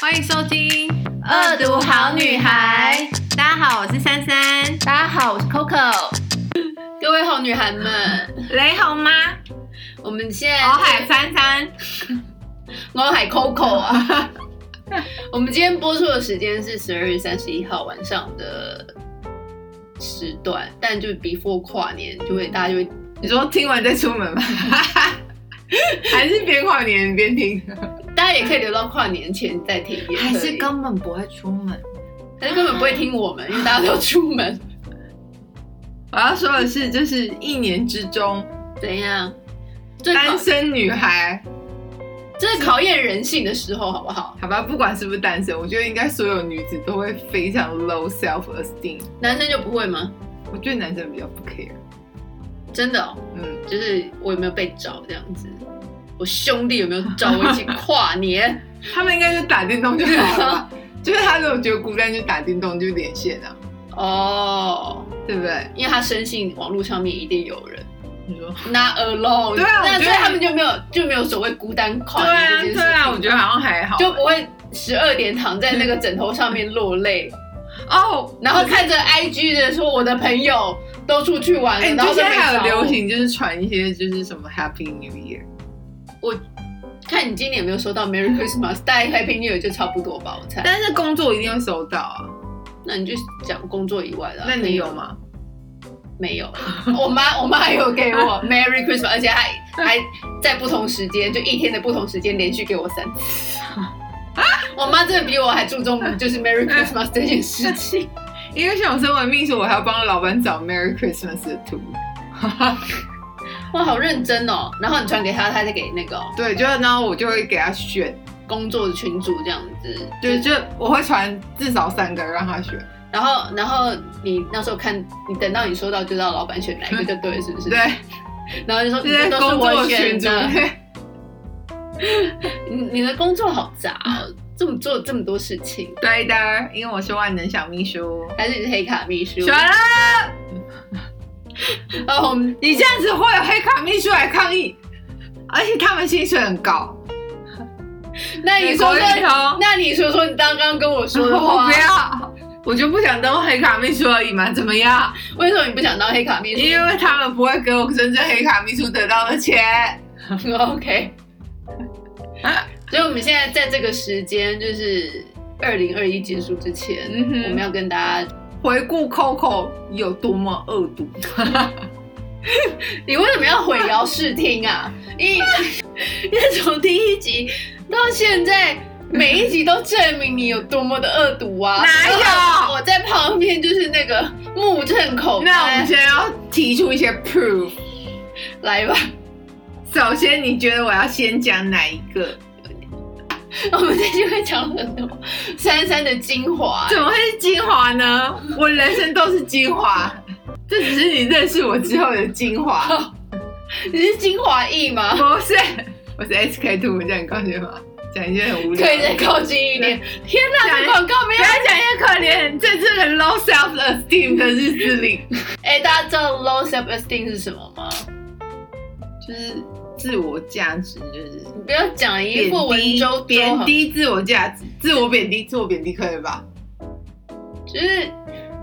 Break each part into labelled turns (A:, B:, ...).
A: 欢迎收听《
B: 恶毒好女孩》。
A: 大家好，我是珊珊。
B: 大家好，我是 Coco。
C: 各位好女孩们，
A: 雷红吗？
C: 我们现
B: 哎
C: 在
A: 敖海珊珊。
C: 我海 Coco 啊。我们今天播出的时间是十二月三十一号晚上的时段，但就是 before 跨年，就会大家就会
A: 你说听完再出 门吧，还是边跨年边听？
C: 大家也可以留到跨年前再听，也可以
B: 还是根本不会出门，
C: 还是根本不会听我们，因为大家都出门。
A: 我要说的是，就是一年之中，
C: 怎样？最考
A: 单身女孩，
C: 这是考验人性的时候，好不好？
A: 好吧，不管是不是单身，我觉得应该所有女子都会非常 low self esteem。
C: 男生就不会吗？
A: 我觉得男生比较不 care。
C: 真的、哦，
A: 嗯，
C: 就是我有没有被找这样子？我兄弟有没有找我一起 跨年？
A: 他们应该就打电动就好了 吧，就是他如果觉得孤单就打电动就连线啊，
C: 哦，
A: 对不对？
C: 因为他深信网络上面一定有人
A: 你说。
C: not alone，
A: 对啊我
C: 那
A: 觉得
C: 所以他们就没有就没有所谓孤单
A: 对
C: 跨年
A: 啊，
C: 这件事
A: 对
C: 情，
A: 啊，我觉得好像还好。
C: 就不会十二点躺在那个枕头上面落泪，
A: 哦，
C: 然后看着 IG 的说我的朋友都出去玩了，
A: 哎，你
C: 然后
A: 最
C: 都
A: 近
C: 没
A: 还有
C: 找
A: 流
C: 我。
A: 行就是传一些就是什么 Happy New Year，
C: 看你今年有没有收到 Merry Christmas，带 Happy New Year 就差不多吧，我猜。
A: 但是工作一定会收到啊。
C: 那你就讲工作以外的啊、
A: 那
C: 朋
A: 你
C: 友
A: 有吗？
C: 没有， 我妈我妈有给 我 Merry Christmas，而且还还在不同时间，就一天的不同时间连续给我三次。 我妈真的比我还注重就是 Merry Christmas 这件事 情。
A: 因为像我身为秘书，我还要帮老板找 Merry Christmas 的图。
C: 哇，好认真哦！然后你传给她，她再给那个哦、
A: 对，就然后我就会给他选，
C: 工作群组这样子。
A: 就就我会传至少三个让他选。
C: 然后然后你那时候看，你等到你收到就知道老板选哪一个就对了，是不是？
A: 对。，
C: 然后就说
A: 就在
C: 这都是
A: 工作
C: 我
A: 群
C: 选
A: 组
C: 的。
A: 内。
C: 你你的工作好杂哦，这么做这么多事情，
A: 对的，因为我是万能小秘书。
C: 还是你是黑卡秘书？
A: 选了，
C: 哦，我们
A: 你这样子会有黑卡秘书来抗议，而且他们薪水很高。
C: 那你说
A: 说
C: 说
A: 头，
C: 那你说说你刚刚跟我说的
A: 我
C: 话
A: 不，要，我就不想当黑卡秘书而已嘛，怎么样？
C: 为什么你不想当黑卡秘
A: 因为他们不会给我真正黑卡秘书得到的钱。
C: 书 ？OK。所以
A: 啊
C: 我们现在在这个时间，就是二零二一结束之前，
A: 嗯哼
C: 我们要跟大家，
A: 回顾 Coco 有多么恶 毒，
C: 你为什么要混淆视 听啊？因为 因为从第一集到现在。每一集都证明你有多么的恶毒啊！
A: 哪有
C: 然后我在旁边就是那个目瞪口呆。
A: 那我们现在要提出一些 proof。
C: 来吧，
A: 首先，你觉得我要先讲哪一个？
C: 我们这期会讲很多珊珊的精华、
A: 怎么会是精华呢？我人生都是精 华，这只是你认识我之后的精华。
C: 你是精华液吗？
A: 不是，我是 SK two，这样你高兴吗？讲一些很无聊
C: 可以
A: 的，
C: 再靠近一点。天哪，
A: 讲
C: 这广告没
A: 不
C: 有
A: 要！讲一些可怜，在这个 low self esteem 的日子里，
C: 哎、大家知道 low self esteem 是什么吗？
A: 就是自我价值就是
C: 你不要讲一
A: 贬
C: 副文绉
A: 低，
C: 绉
A: 贬，低自我价值，自我贬低，自我贬低可以吧？
C: 就是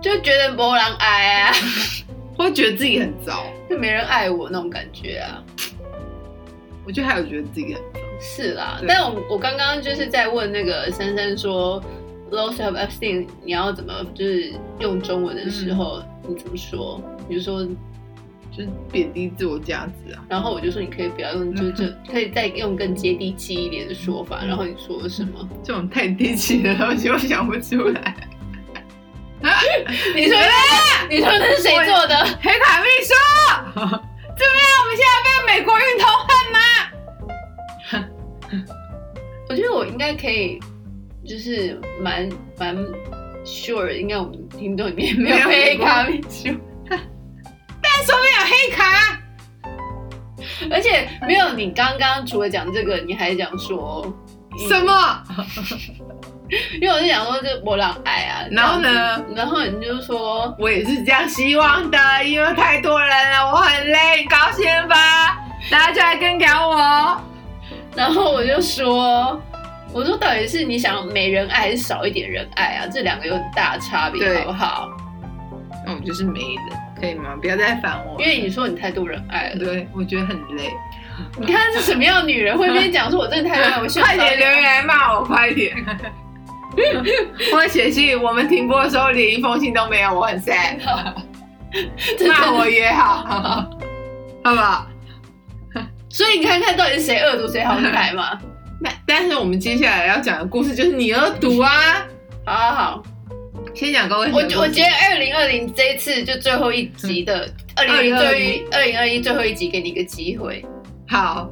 C: 就觉得没人爱啊，
A: 会觉得自己很糟，
C: 就没人爱我那种感觉啊。
A: 我觉得还有觉得自己很糟。
C: 是啦，
A: 对
C: 但我我刚刚就是在问那个珊珊说 low self esteem 你要怎么就是用中文的时候、
A: 嗯
C: 你怎么说？你就说，
A: 就是贬低自我价值啊！
C: 然后我就说你可以不要用，就
A: 嗯
C: 就可以再用更接地气一点的说法。然后你说什么？
A: 这种太低级的东西我想不出来。
C: 你说你说那是谁做的？
A: 黑卡秘 书，怎么样？我们现在被美国运通恨吗？
C: 我觉得我应该可以，就是蛮蛮 sure，应该我们听众里面没有
A: 没有
C: 黑咖啡酒，
A: 但说明有黑卡。
C: 而且没有你刚刚除了讲这个，你还讲说
A: 什？么？
C: 因为我就想说这我让爱啊，
A: 然后呢？
C: 然后你就说
A: 我也是这样希望的，因为太多人了，我很累，你高兴吧？大家就来跟讲我。
C: 然后我就说，我说到底是你想没人爱还是少一点人爱啊？这两个有很大的差别，
A: 对
C: 好不好？
A: 那我们就是没的，可以吗？不要再烦我了，
C: 因为你说你太多人爱了，
A: 对我觉得很累。
C: 你看是什么样的女人会跟你讲说我真的太多人爱了，我需要
A: 快点留
C: 少一
A: 言来骂我，快点！或写信，我们停播的时候连一封信都没有，我很 sad。
C: 点
A: 骂我也好，好不好？
C: 所以你看看到底是谁恶毒谁好，你来嘛。
A: 那但是我们接下来要讲的故事就是你恶毒啊！
C: 好好好，
A: 先讲高跟鞋
C: 我
A: 的故事。
C: 我觉得二零二零这一次就最后一集的 二零零最二零二一最后一集给你一个机会，
A: 好，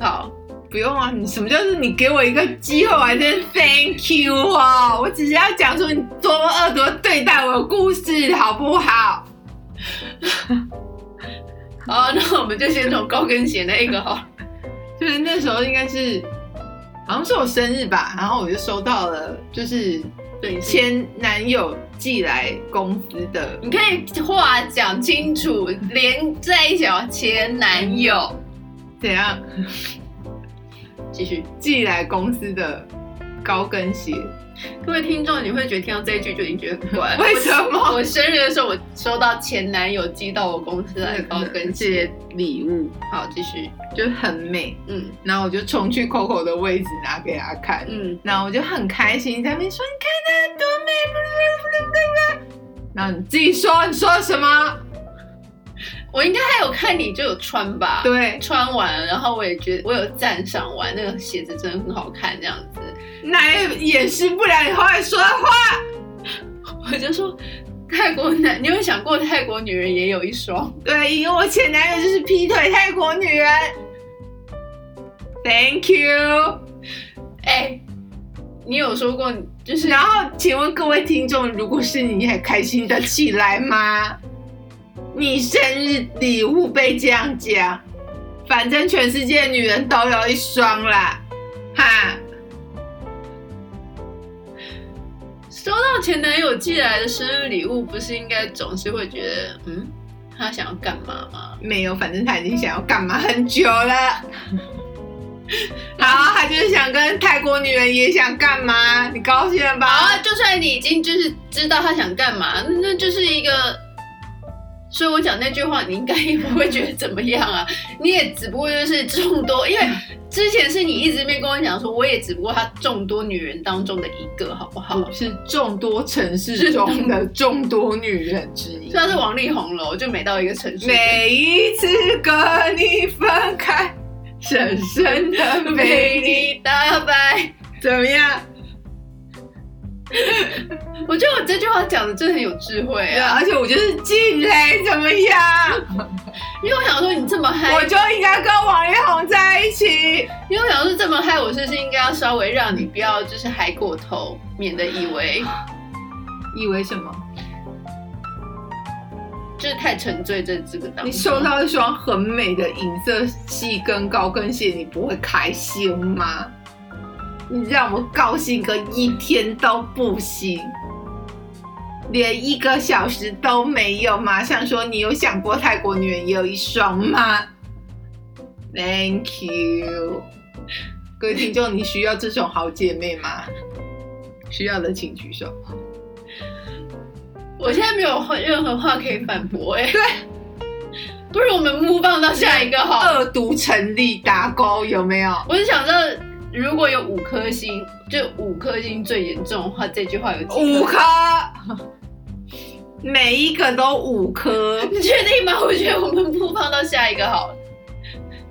C: 好，
A: 不用啊。你什么叫做你给我一个机会，我还是 thank you 哦？我只是要讲出你多么恶毒地对待我的故事，好不好？
C: 好， 那我们就先从高跟鞋那一个好 了，
A: 就是那时候应该是，好像是我生日吧，然后我就收到了，就是
C: 对先。
A: 前男友寄来公司的，
C: 你可以话讲清楚，连在一起哦，前男友。
A: 怎样
C: 继续，
A: 寄来公司的高跟鞋？
C: 各位听众，你会觉得听到这一句就已经觉得很怪。
A: 为什么
C: 呃 我我生日的时候，我收到前男友寄到我公司
A: 嗯
C: 来的高跟鞋。
A: 鞋礼物
C: 好，继续。
A: 就很美，
C: 嗯
A: 然后我就冲去 Coco 的位置拿给他看，
C: 嗯，
A: 然后我就很开心，在那边说你看它多美，然后你自己说你说什么？
C: 我应该还有看你就有穿吧？，
A: 对，
C: 穿完，然后我也觉得我有赞赏完那个鞋子真的很好看，这样子，
A: 那也掩饰不了你后来说的话。
C: 我就说。泰国男，你有想过泰国女人也有一双？
A: 对，因为我前男友就是劈腿泰国女人。Thank you。
C: 哎、你有说过，就是
A: 然后，请问各位听众，如果是你，还开心的起来吗？你生日礼物被这样讲，反正全世界的女人都有一双啦，哈。
C: 收到前男友寄来的生日礼物，不是应该总是会觉得，嗯，他想要干嘛吗？
A: 没有，反正他已经想要干嘛很久 了。然后他就是想跟泰国女人也想干嘛，你高兴了吧？
C: 好啊，就算你已经就是知道他想干嘛，那那就是一个。所以我讲那句话，你应该也不会觉得怎么样啊， 你也只不过就是众多，因为之前是你一直没跟我讲说，我也只不过他众多女人当中的一个，好不好？
A: 我是众多城市中的众多女人之 一
C: 虽。然是王力宏了，我就每到一个城市，
A: 每一次跟你分开，深深的被
C: 被
A: 你
C: 你打败，
A: 怎么样？
C: 我觉得我这句话讲的真的很有智慧
A: 对
C: 啊，
A: 而且我就是静蕾，怎么样？
C: 因为我想说你这么嗨，
A: 我就应该跟王力宏在一起。
C: 因为我想说这么嗨，我是不是应该要稍微让你不要就是嗨过头，免得以为
A: 以为什么？
C: 就是太沉醉在这个当中。
A: 你收到一双很美的银色细跟高跟鞋，你不会开心吗？你让我高兴个一天都不行，连一个小时都没有吗？想说你有想过泰国女人也有一双吗？Thank you，各位听众，你需要这种好姐妹吗？需要的请举手。
C: 我现在没有话任何话可以反驳哎、对，不如我们目放到下一个好。
A: 恶毒成立打勾有没有？
C: 我是想知道，如果有五颗星，就五颗星最严重的话，这句话有几
A: 五颗，每一个都五颗。
C: 你确定吗？我觉得我们目放到下一个好了。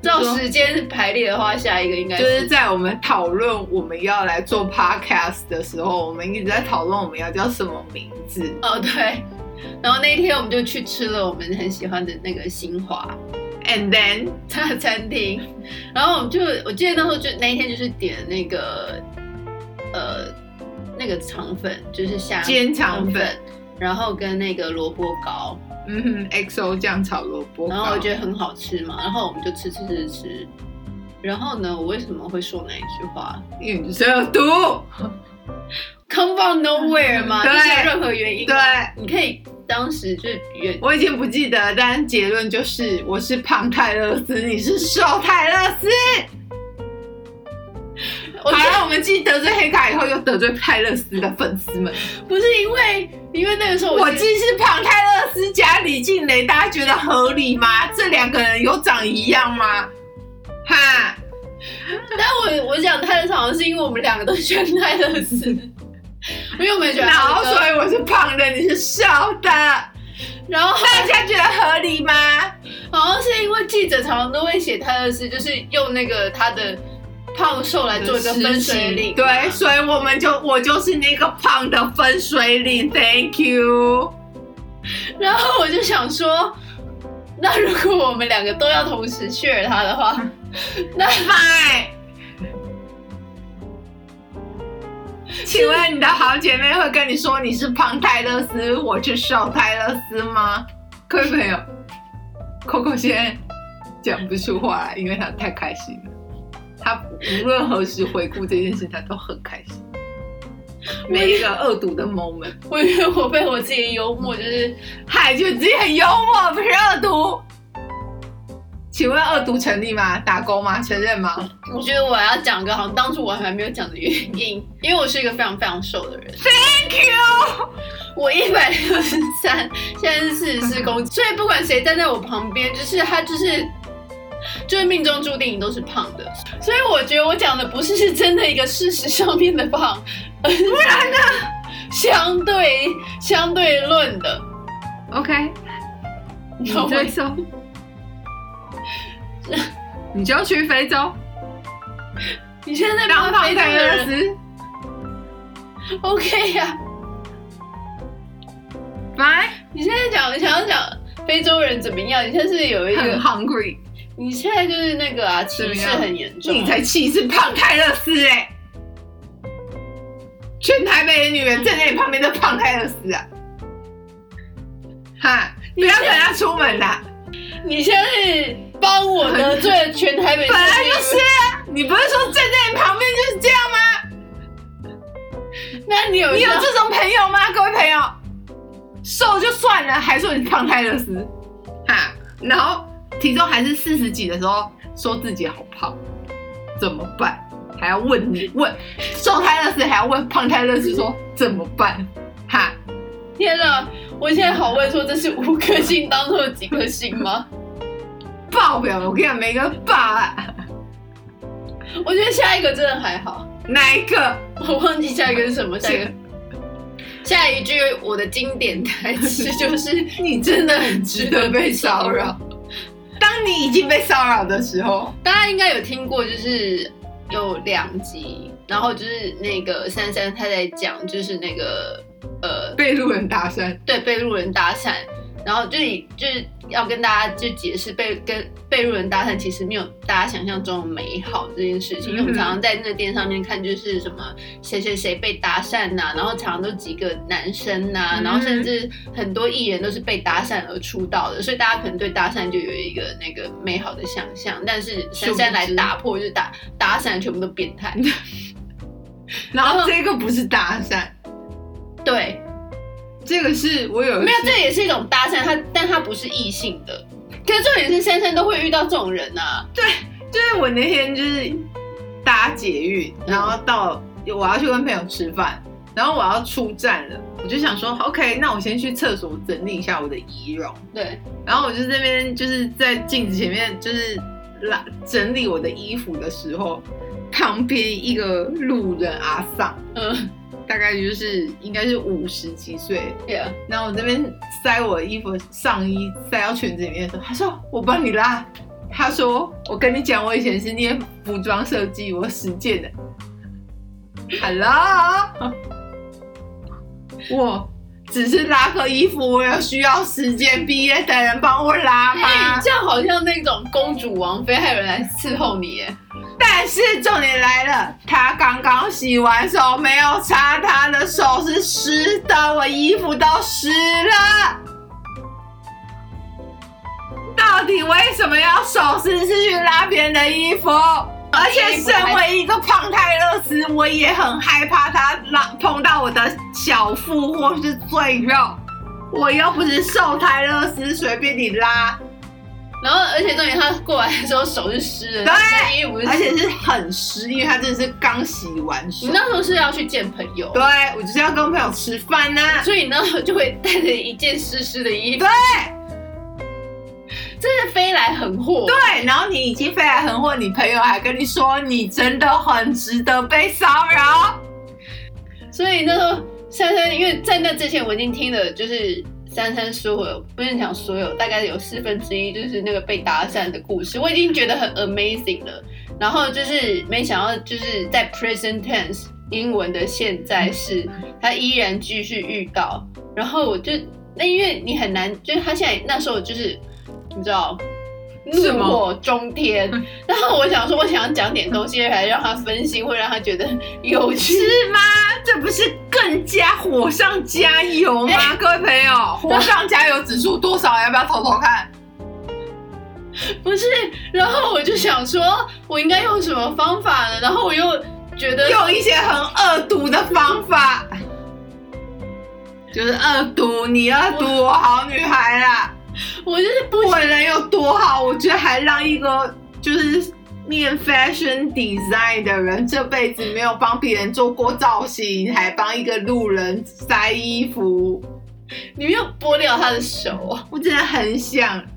C: 照时间排列的话，下一个应该
A: 就是
C: 是
A: 在我们讨论我们要来做 podcast 的时候，我们一直在讨论我们要叫什么名字。
C: 哦对。然后那一天我们就去吃了我们很喜欢的那个新华，
A: And then，
C: 大餐厅，然后我们就我记得那时候就那一天就是点那个呃那个肠粉，就是虾
A: 煎肠粉，
C: 然后跟那个萝卜糕，
A: 嗯哼，XO 酱炒萝卜糕。
C: 然后我觉得很好吃嘛，然后我们就吃吃吃吃。然后呢，我为什么会说那一句话
A: 得，因为你就是有毒。
C: ？Come from nowhere 嘛，
A: 对
C: 就是任何原因嘛，
A: 对
C: 你可以当时就是原
A: 我已经不记得，但结论就是我是胖泰勒斯，你是瘦泰勒斯。
C: 我
A: 好
C: 觉得
A: 了，我们们继得罪黑卡以后，又得罪泰勒斯的粉丝们。
C: 不是因为因为那个时候
A: 我
C: 记
A: 既是胖泰勒斯加李静蕾，大家觉得合理吗？这两个人有长一样吗？哈，
C: 但我我讲泰勒斯好像是因为我们两个都选泰勒斯， 因为我们选
A: 然后
C: 他的歌
A: 所以我是胖的，你是瘦 的，
C: 然后
A: 大家觉得合理吗？
C: 好像是因为记者常常都会写泰勒斯，就是用那个他的胖瘦来做一个分水岭。啊
A: 对，所以我们就我就是那个胖的分水岭，Thank you。
C: 然后我就想说，那如果我们两个都要同时 share 他的话， 那
A: 买。请问你的好姐妹会跟你说你是胖泰勒斯，我是瘦泰勒斯吗？各位朋友，Coco 现在讲不出话来，因为她太开心了。她无论何时回顾这件事，她都很开心。每一个恶毒的 moment，
C: 我觉得我被我自己的幽默就是
A: 嗨，觉得自己很幽默，不是恶毒。请问恶毒成立吗？打勾吗？承认吗？
C: 我觉得我要讲个好像当初我还没有讲的原因，因为我是一个非常非常瘦的人。Thank you。我一百六十三，现在是四十四公斤，所以不管谁站在我旁边，就是他就是就是命中注定你都是胖的。所以我觉得我讲的不是是真的一个事实上面的胖，而是相对相对论的。
A: OK，你
C: 懂
A: 追搜， 你就去非洲
C: 你现在
A: 当
C: 胖
A: 胖
C: 非洲
A: 泰
C: 的
A: 勒
C: 人
A: 斯，
C: ，OK 呀、
A: 来，
C: 你现在讲，你想要讲非洲人怎么样？你现在是有一
A: 很
C: 个，
A: hungry，
C: 你现在就是那个啊，歧视很严重。
A: 你才气是胖泰勒斯哎、全台北的女人站在你旁边都胖泰勒斯啊！哈，不要等她出门啦、
C: 你现在是帮我得罪了全台北市
A: 本来
C: 民，
A: 就 是啊，你不是说站在你旁边就是这样吗？
C: 那你有
A: 你有
C: 像
A: 这种朋友吗？各位朋友，瘦就算了，还说你是胖泰勒斯，哈，然后体重还是四十几的时候，说自己好胖，怎么办？还要问你问瘦泰勒斯，还要问胖泰勒斯说怎么办？哈，
C: 天啊！我现在好问说，这是五颗星当做几颗星吗？
A: 爆表！我跟你讲，每个人爆啊，
C: 我觉得下一个真的还好，
A: 哪一个？
C: 我忘记下一个是什么，下一个。下一句我的经典台词 就是：“
A: 你
C: 真
A: 真
C: 的
A: 的
C: 很
A: 很
C: 值
A: 值
C: 得
A: 得
C: 被
A: 被
C: 骚
A: 骚
C: 扰
A: 扰。当你已经被骚扰的时候，
C: 大家应该有听过，就是有两集，然后就是那个珊珊她在讲，就是那个呃，
A: 被路人搭讪，
C: 对被路人搭讪，然后就以就是要跟大家就解释被跟被路人搭讪其实没有大家想象中的美好这件事情，因为我
A: 嗯
C: 们
A: 哼
C: 常常在那个电视上面看，就是什么谁谁谁被搭讪呐、然后常常都几个男生呐、
A: 嗯
C: 然后甚至很多艺人都是被搭讪而出道的，所以大家可能对搭讪就有一个那个美好的想象，但是珊珊来
A: 殊不知
C: 打破，就是打搭讪全部都变 态，
A: 然后这个不是搭讪，
C: 对，
A: 这个是我有一
C: 没有，
A: 次
C: 这也是一种搭讪，它但它不是异性的。可是重点是，珊珊都会遇到这种人啊。
A: 就是我那天就是搭捷运，然后到我要去跟朋友吃饭，然后我要出站了，我就想说，OK，那我先去厕所整理一下我的仪容，
C: 对，
A: 然后我就那边就是在镜子前面就是拉整理我的衣服的时候，旁边一个路人阿桑，
C: 嗯，
A: 大概就是应该是五十几岁，
C: 对啊，
A: 然后我这边塞我的衣服上衣塞到裙子里面的时候，他说我帮你拉。他说我跟你讲，我以前是念服装设计，我实践的。Hello，我只是拉个衣服，我有需要时间毕业的人帮我拉
C: 哎、
A: 吗？
C: 这样好像那种公主王妃，还有人来伺候你耶。
A: 但是重点来了，他刚刚洗完手，没有擦，他的手是湿的，我衣服都湿了。到底为什么要手湿是去拉别人的衣服？而且身为一个胖泰勒斯，我也很害怕他拉碰到我的小腹或是赘肉。我又不是瘦泰勒斯，随便你拉。
C: 然后而且重点他过来的时候手是湿的，
A: 对
C: 他衣服是湿的，
A: 而且是很湿，因为他真的是刚洗完手
C: 你。那时候是要去见朋友
A: 对，，我就是要跟朋友吃饭呐、
C: 所以你那时候就会带着一件湿湿的衣服，真是飞来横祸。
A: 对，然后你已经飞来横祸，你朋友还跟你说你真的很值得被骚扰。
C: 所以那时候珊珊，因为在那之前我已经听了，就是珊珊所有，不是讲所有，大概有四分之一就是那个被搭讪的故事，我已经觉得很 amazing 了。然后就是没想到，就是在 present tense 英文的现在式，他依然继续遇到。然后我就那因为你很难，就是他现在那时候就是你知道。
A: 是
C: 怒
A: 吗
C: 火中天，然后我想说，我想要讲点东西来让他分心，会让他觉得有趣。
A: 是吗？这不是更加火上加油吗？
C: 哎
A: 各位朋友， 火上加油指数多少？要不要偷偷看？
C: 不是，然后我就想说，我应该用什么方法呢？然后我又觉得，
A: 用一些很恶毒的方法，就是恶毒，你恶毒我好女孩啊啦。
C: 我就是不
A: 我人有多好，我觉得还让一个就是念 fashion design 的人，这辈子没有帮别人做过造型，还帮一个路人塞衣服，
C: 你没有剥掉他的手，啊
A: 我真的很想。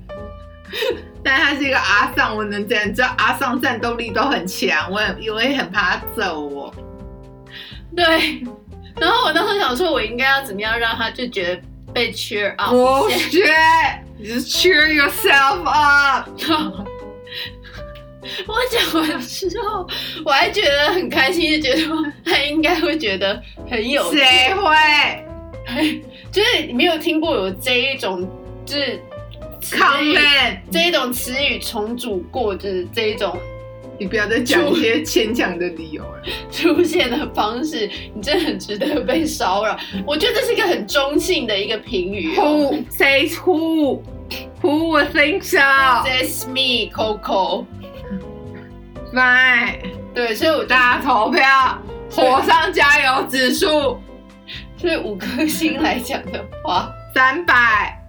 A: 但他是一个阿丧，我能怎样？你知道阿丧战斗力都很强，我很我也很怕他揍我。
C: 对。然后我那时候想说，我应该要怎么样让他就觉得被 cheer up
A: 不
C: 一下
A: 学，你是 cheer yourself up。
C: 我讲完之后，我还觉得很开心，就觉得他应该会觉得很有趣，
A: 谁会
C: 就是你没有听过有这一种，就是词语
A: comment？
C: 这一种词语重组过，就是这一种
A: 你不要再讲一些牵强的理由了。
C: 出现的方式，你真的很值得被骚扰。我觉得这是一个很中性的一个评语、哦。
A: Who says who? Who would think so?
C: That's me, Coco。
A: Fine，
C: 对，所以我大
A: 大家投票，火上加油指数
C: 所以五颗星来讲的话，
A: 三百，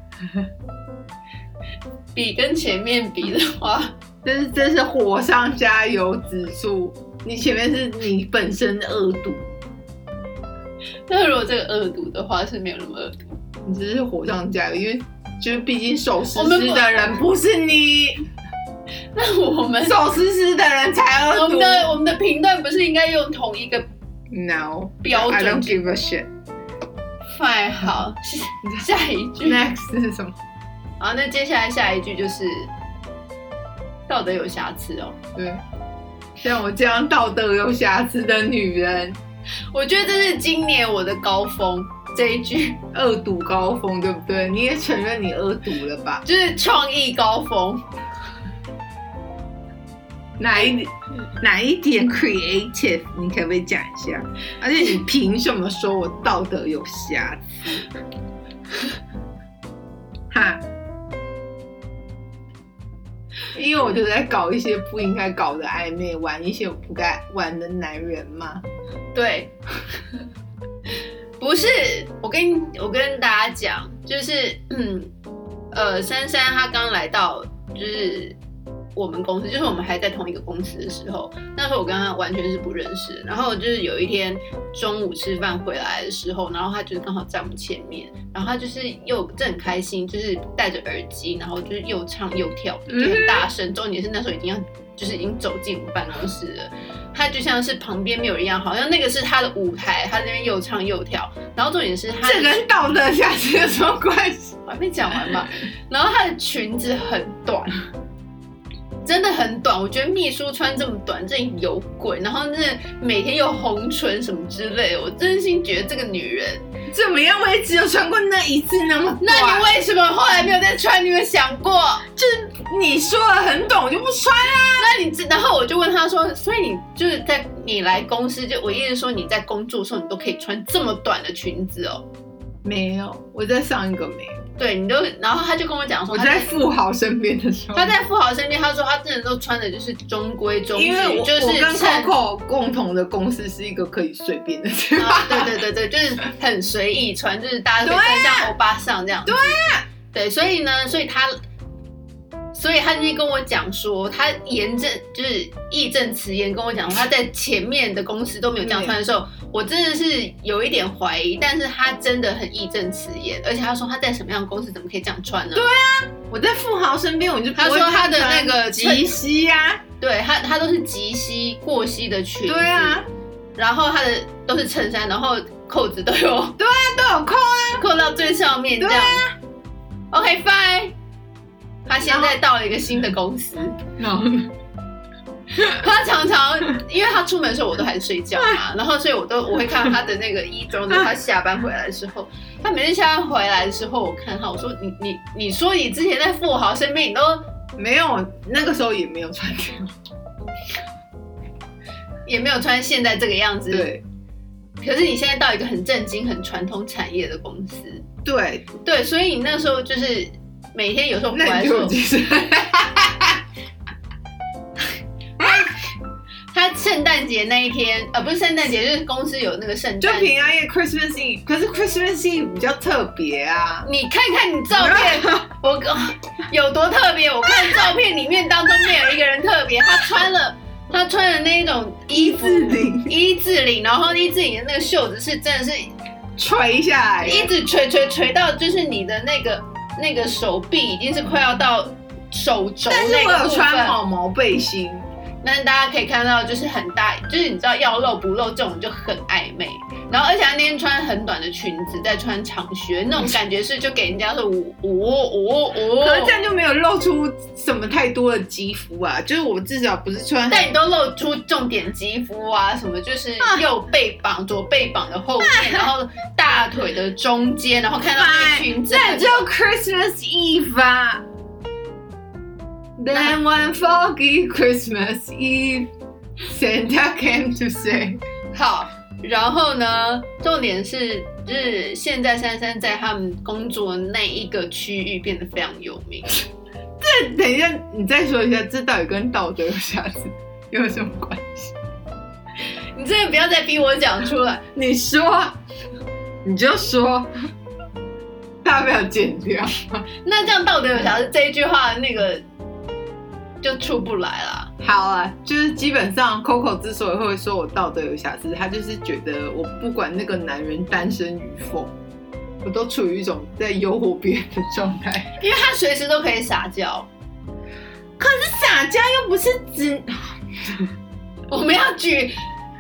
C: 比跟前面比的话，
A: 这是这是火上加油指数。你前面是你本身恶毒，
C: 那如果这个恶毒的话是没有那么恶毒。
A: 你只是火上加油，因为就是毕竟手撕
C: 我们不
A: 撕的人不是你，
C: 那 我们
A: 手撕撕的人才
C: 我
A: 恶毒
C: 们。的我们的评断不是应该用同一个
A: No，
C: 标
A: I don't
C: 准
A: give a shit。
C: ？fine，好，下下一 句。
A: Next 是什么？
C: 好，那接下来下一句就是道德有瑕疵哦。
A: 对，像我这样道德有瑕疵的女人，
C: 我觉得这是今年我的高峰这一句，
A: 恶毒高峰，对不对？你也承认你恶毒了吧？
C: 就是创意高峰。
A: 哪一
C: 嗯
A: 哪一点 creative，你可不可以讲一下？而且你凭什么说我道德有瑕疵？哈？因为我就在搞一些不应该搞的暧昧，玩一些我不该玩的男人嘛。
C: 嗯对， 不是，我跟我跟大家讲，就是嗯，呃，珊珊她刚来到，就是我们公司，就是我们还在同一个公司的时候，那时候我跟她完全是不认识。然后就是有一天中午吃饭回来的时候，然后她就是刚好在我们前面，然后她就是又正很开心，就是戴着耳机，然后就是又唱又跳，就很大声。重点是那时候已经要就是已经走进我们办公室了。他就像是旁边没有人一样，好像那个是他的舞台，他在那边又唱又跳。然后重点是他的
A: 这跟道德瑕疵有什么关系？
C: 我还没讲完嘛。然后她的裙子很短，真的很短。我觉得秘书穿这么短，真的有鬼。然后那每天又红唇什么之类的，我真心觉得这个女人，
A: 怎么样？我也只有穿过那一次那么短。
C: 那你为什么后来没有再穿？你有没有想过？
A: 你说的很懂，我就不穿啊。
C: 那你知然后我就问她说，所以你就是在你来公司，就我意思说你在工作的时候，你都可以穿这么短的裙子哦。
A: 没有，我在上一个没有。
C: 对，你都，然后她就跟我讲说，
A: 我
C: 她
A: 在富豪身边的时候，
C: 他在富豪身边，他说他真的都穿的就是中规中矩，
A: 因为我、
C: 就是
A: 我跟
C: 衬
A: Coco 共同的公司是一个可以随便的地方，
C: 啊，对对对对，就是很随意穿，就是大家都可以
A: 对啊
C: 穿像欧巴桑这样。对对，所以呢，所以他所以他那天跟我讲说，他严正就是义正辞严跟我讲说，他在前面的公司都没有这样穿的时
A: 嗯
C: 候，我真的是有一点怀疑。但是他真的很义正辞严，而且他说他在什么样的公司怎么可以这样穿呢？
A: 啊
C: 对，
A: 我在富豪身边，我就不会
C: 他说他的那个
A: 看穿及膝呀、
C: 对他他都是及膝过膝的裙子，
A: 对啊，
C: 然后他的都是衬衫，然后扣子都有
A: 他都有扣啊。
C: 扣到最上面这
A: 对啊
C: 样。OK fine，他现在到了一个新的公司，
A: 然后呢？
C: 他常常因为他出门的时候我都还在睡觉
A: 哎
C: 嘛，然后所以我都我会看到他的那个衣装，就是他下班回来的时候，他每天下班回来的时候，我看他我说你你你说你之前在富豪身边你都
A: 没有，那个时候也没有穿给我。
C: 也没有穿现在这个样子，，
A: 对
C: 可是你现在到一个很正经、很传统产业的公司，
A: 对，
C: 对，所以你那时候就是每天有时候回
A: 那
C: 来
A: 你
C: 的时
A: 就
C: 候
A: 已，经是
C: 他圣诞节那一天，呃，不是圣诞节，就是公司有那个圣
A: 就
C: 诞。
A: 平安夜 Christmas Eve，可是 Christmas Eve 比较特别啊。
C: 你看看你照 片，我有多特别？我看照片里面当中没有一个人特别，他穿了他穿的那一种衣服，
A: 自领
C: 一字领，然后一字领的那个袖子是真的是
A: 垂下来，
C: 一直垂垂垂到就是你的那个那个手臂已经是快要到手肘
A: 但是
C: 那
A: 我
C: 个
A: 有
C: 部分。
A: 穿毛毛背心，
C: 但大家可以看到，就是很大，就是你知道要露不露这种就很暧昧。然后而且他那天穿很短的裙子，再穿长靴，那种感觉是就给人家是五五五五。
A: 可是这样就没有露出什么太多的肌肤啊。就是我至少不是穿
C: 但你都露出重点肌肤啊，什么就是右背膀、左背膀的后面，然后大腿的中间，然后看到那个裙子
A: 那
C: 很，
A: 就 Christmas Eve 啊。Then one foggy Christmas Eve, Santa came to say，
C: 好。然后呢，重点是就是现在珊珊在他们工作那一个区域变得非常有名。
A: 等一下，你再说一下，这到底跟道德有啥子有什么关系？
C: 你真的不要再逼我讲出来。
A: 你说，你就说，大不了剪掉。
C: 那这样道德有瑕疵这一句话，那个就出不来啦。
A: 好啊，就是基本上 Coco 之所以会说我道德有瑕疵，他就是觉得我不管那个男人单身与否，我都处于一种在诱惑别人的状态。
C: 因为他随时都可以撒娇。
A: 撒娇又不是只
C: 我们要举，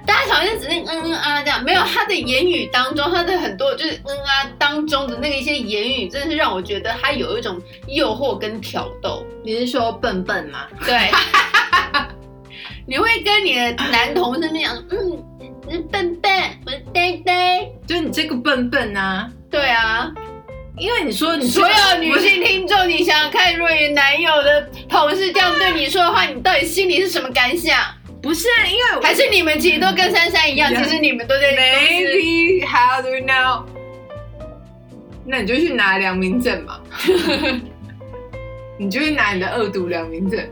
C: 大家好像只是嗯嗯啊这样，没有他的言语当中，他的很多就是嗯啊当中的那个一些言语，真的是让我觉得他有一种诱惑跟挑逗。
B: 你是说笨笨吗？
C: 对，你会跟你的男同事那样，嗯，你笨笨，我是呆呆。
A: 就是你这个笨笨啊，
C: 对啊，
A: 因为你 说你
C: 所有女性听众，你想想看，如果你男友的同事这样对你说的话，你到底心里是什么感 想？
A: 不是因为我
C: 还是你们其实都跟珊珊一样，
A: Yeah.
C: 其实你们都 在公司
A: maybe how do you know？那你就去拿良民证 嘛，你就去拿你的恶毒良民证，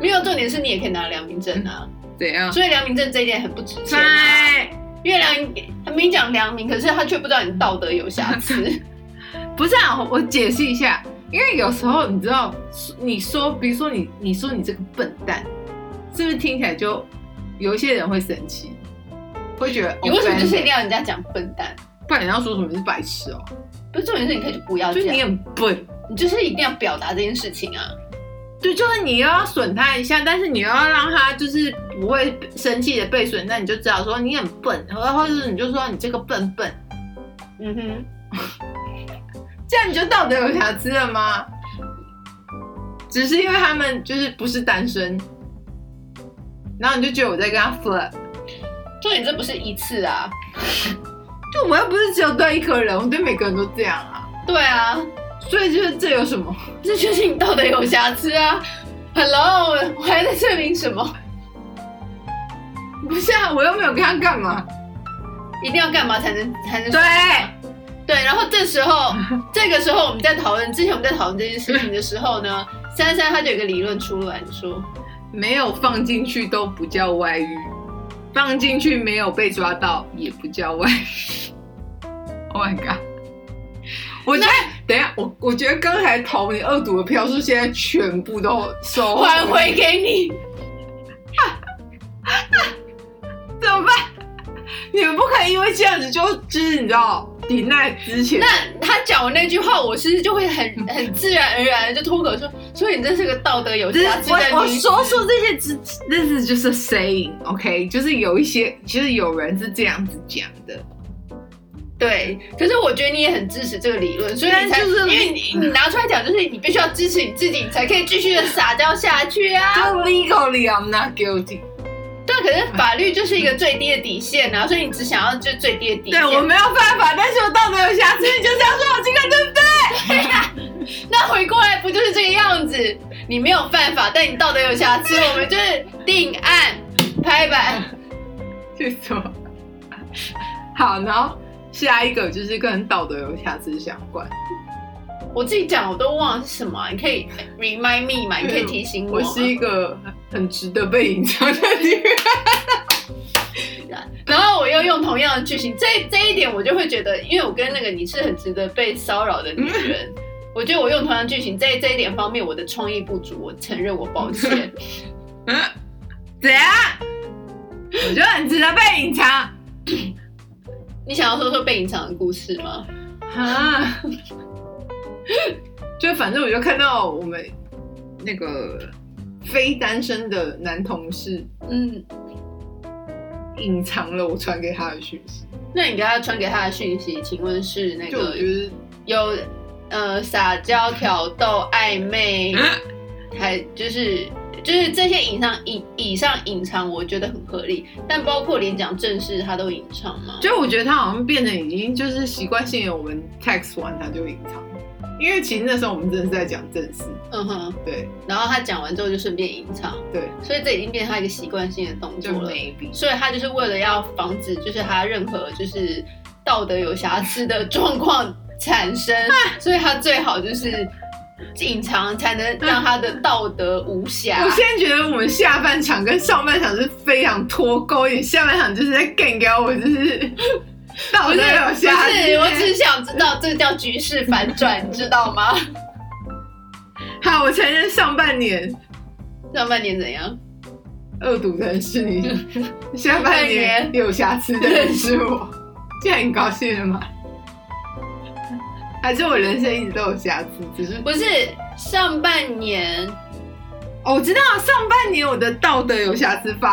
C: 没有重点是你也可以拿良民证 啊，
A: 怎样？
C: 所以良民证这一点很不值钱、啊。
A: 哎，
C: 因为良民他明讲良民，可是他却不知道你道德有瑕 疵。
A: 不是啊，我我解释一下，因为有时候你知道，你说，比如说你你说你这个笨蛋，是不是听起来就有一些人会生气，会觉得
C: 你为什么就是一
A: offended，
C: 定要人家讲笨蛋？
A: 不然你要说什么是白痴哦、
C: 不是重点是你可以就不要
A: 就是
C: 讲，
A: 你
C: 你
A: 很笨，
C: 就是一定要表达这件事情啊。
A: 对，就是你又要损他一下，但是你又要让他就是不会生气的被损，那你就知道说你很笨，然后或者是你就说你这个笨笨，
C: 嗯哼，
A: 这样你就道德有瑕疵了吗？只是因为他们就是不是单身，然后你就觉得我在跟他 flirt，
C: 重点这不是一次啊，
A: 就我又不是只有对一个人，我对每个人都这样啊，
C: 对啊，
A: 所以就是这有什么？
C: 这就是你道德有瑕疵啊！Hello，我还在证明什么？
A: 不是啊，我又没有跟他干嘛？
C: 一定要干嘛才能才能
A: 对，
C: 对？然后这时候，这个时候我们在讨论，之前我们在讨论这件事情的时候呢，珊珊她就有一个理论出来，你说
A: 没有放进去都不叫外遇，放进去没有被抓到也不叫外遇。Oh my god！我觉得等一下，我我觉得刚才投你二赌的票数现在全部都收
C: 还回给你，
A: 怎么办？你们不可以因为这样子就就是你知道抵赖之前
C: 那他讲我那句话，我其实就会很很自然而然的就脱口说，所以你真是个道德有
A: 就是
C: 瑕疵的
A: 我我
C: 女子
A: 说出这些只，但是就是 saying，OK，、就是有一些，就是有人是这样子讲的，
C: 对，可是我觉得你也很支持这个理论，所以
A: 但
C: 你才
A: 就是
C: 因为你你拿出来讲，就是你必须要支持你自己，你才可以继续的撒娇下去
A: 就
C: 啊。
A: legally I'm not guilty
C: 对，啊可是法律就是一个最低的底线啊，所以你只想要就最低的底
A: 对啊
C: 线。
A: 我没有办法，但是我道德有瑕疵，你就是要说我这个对不对？
C: 那回过来不就是这个样子？你没有犯法，但你道德有瑕疵，我们就是定案拍板。
A: 去做。好，然后下一个就是跟道德有瑕疵相关。
C: 我自己讲我都忘了是什么啊、你可以 remind me 嘛，你可以提醒我
A: 我
C: 啊。
A: 是一个很值得被隐藏的女人。
C: 然后我又用同样的剧情，这这一点我就会觉得，因为我跟那个你是很值得被骚扰的女 人，我觉得我用同样剧情，在这一点方面我的创意不足，我承认我 抱歉。
A: 怎样？我就很值得被隐藏
C: 你想要说说被隐藏的故事吗？
A: 啊！就反正我就看到我们那个非单身的男同事
C: 嗯，
A: 隐藏了我传给他的讯息，
C: 那你给他传给他的讯息，请问是那
A: 就我
C: 个
A: 觉得
C: 有呃撒娇、挑逗、暧昧，还就是就是这些隐藏隐以上隐藏，我觉得很合理，但包括连讲正事他都隐藏吗？
A: 就我觉得他好像变得已经就是习惯性的，我们 text 完他就隐藏，因为其实那时候我们真的是在讲正事，
C: 嗯哼。
A: 对
C: 然后他讲完之后就顺便隐藏，
A: 对，
C: 所以这已经变成他一个习惯性的动
A: 就
C: 作了。
A: maybe
C: 所以他就是为了要防止，就是他任何就是道德有瑕疵的状况产生，所以他最好就是隐藏，才能让他的道德 无瑕
A: 我。现在觉得我们下半场跟上半场是非常脱钩，也下半场就是在干掉我，就是道
C: 不
A: 德
C: 是
A: 有
C: 不是，
A: 瑕
C: 我只
A: 疵。
C: 是想知道这叫局势反转，你知道吗？
A: 好，我承认上半年
C: 上半年怎样？
A: 恶毒的人是你，下半年有瑕疵的人是我。现在很高兴了吗？还是我人生一直都有瑕疵，只是
C: 不是上半年
A: 哦，我知道上半年我的道德有瑕疵发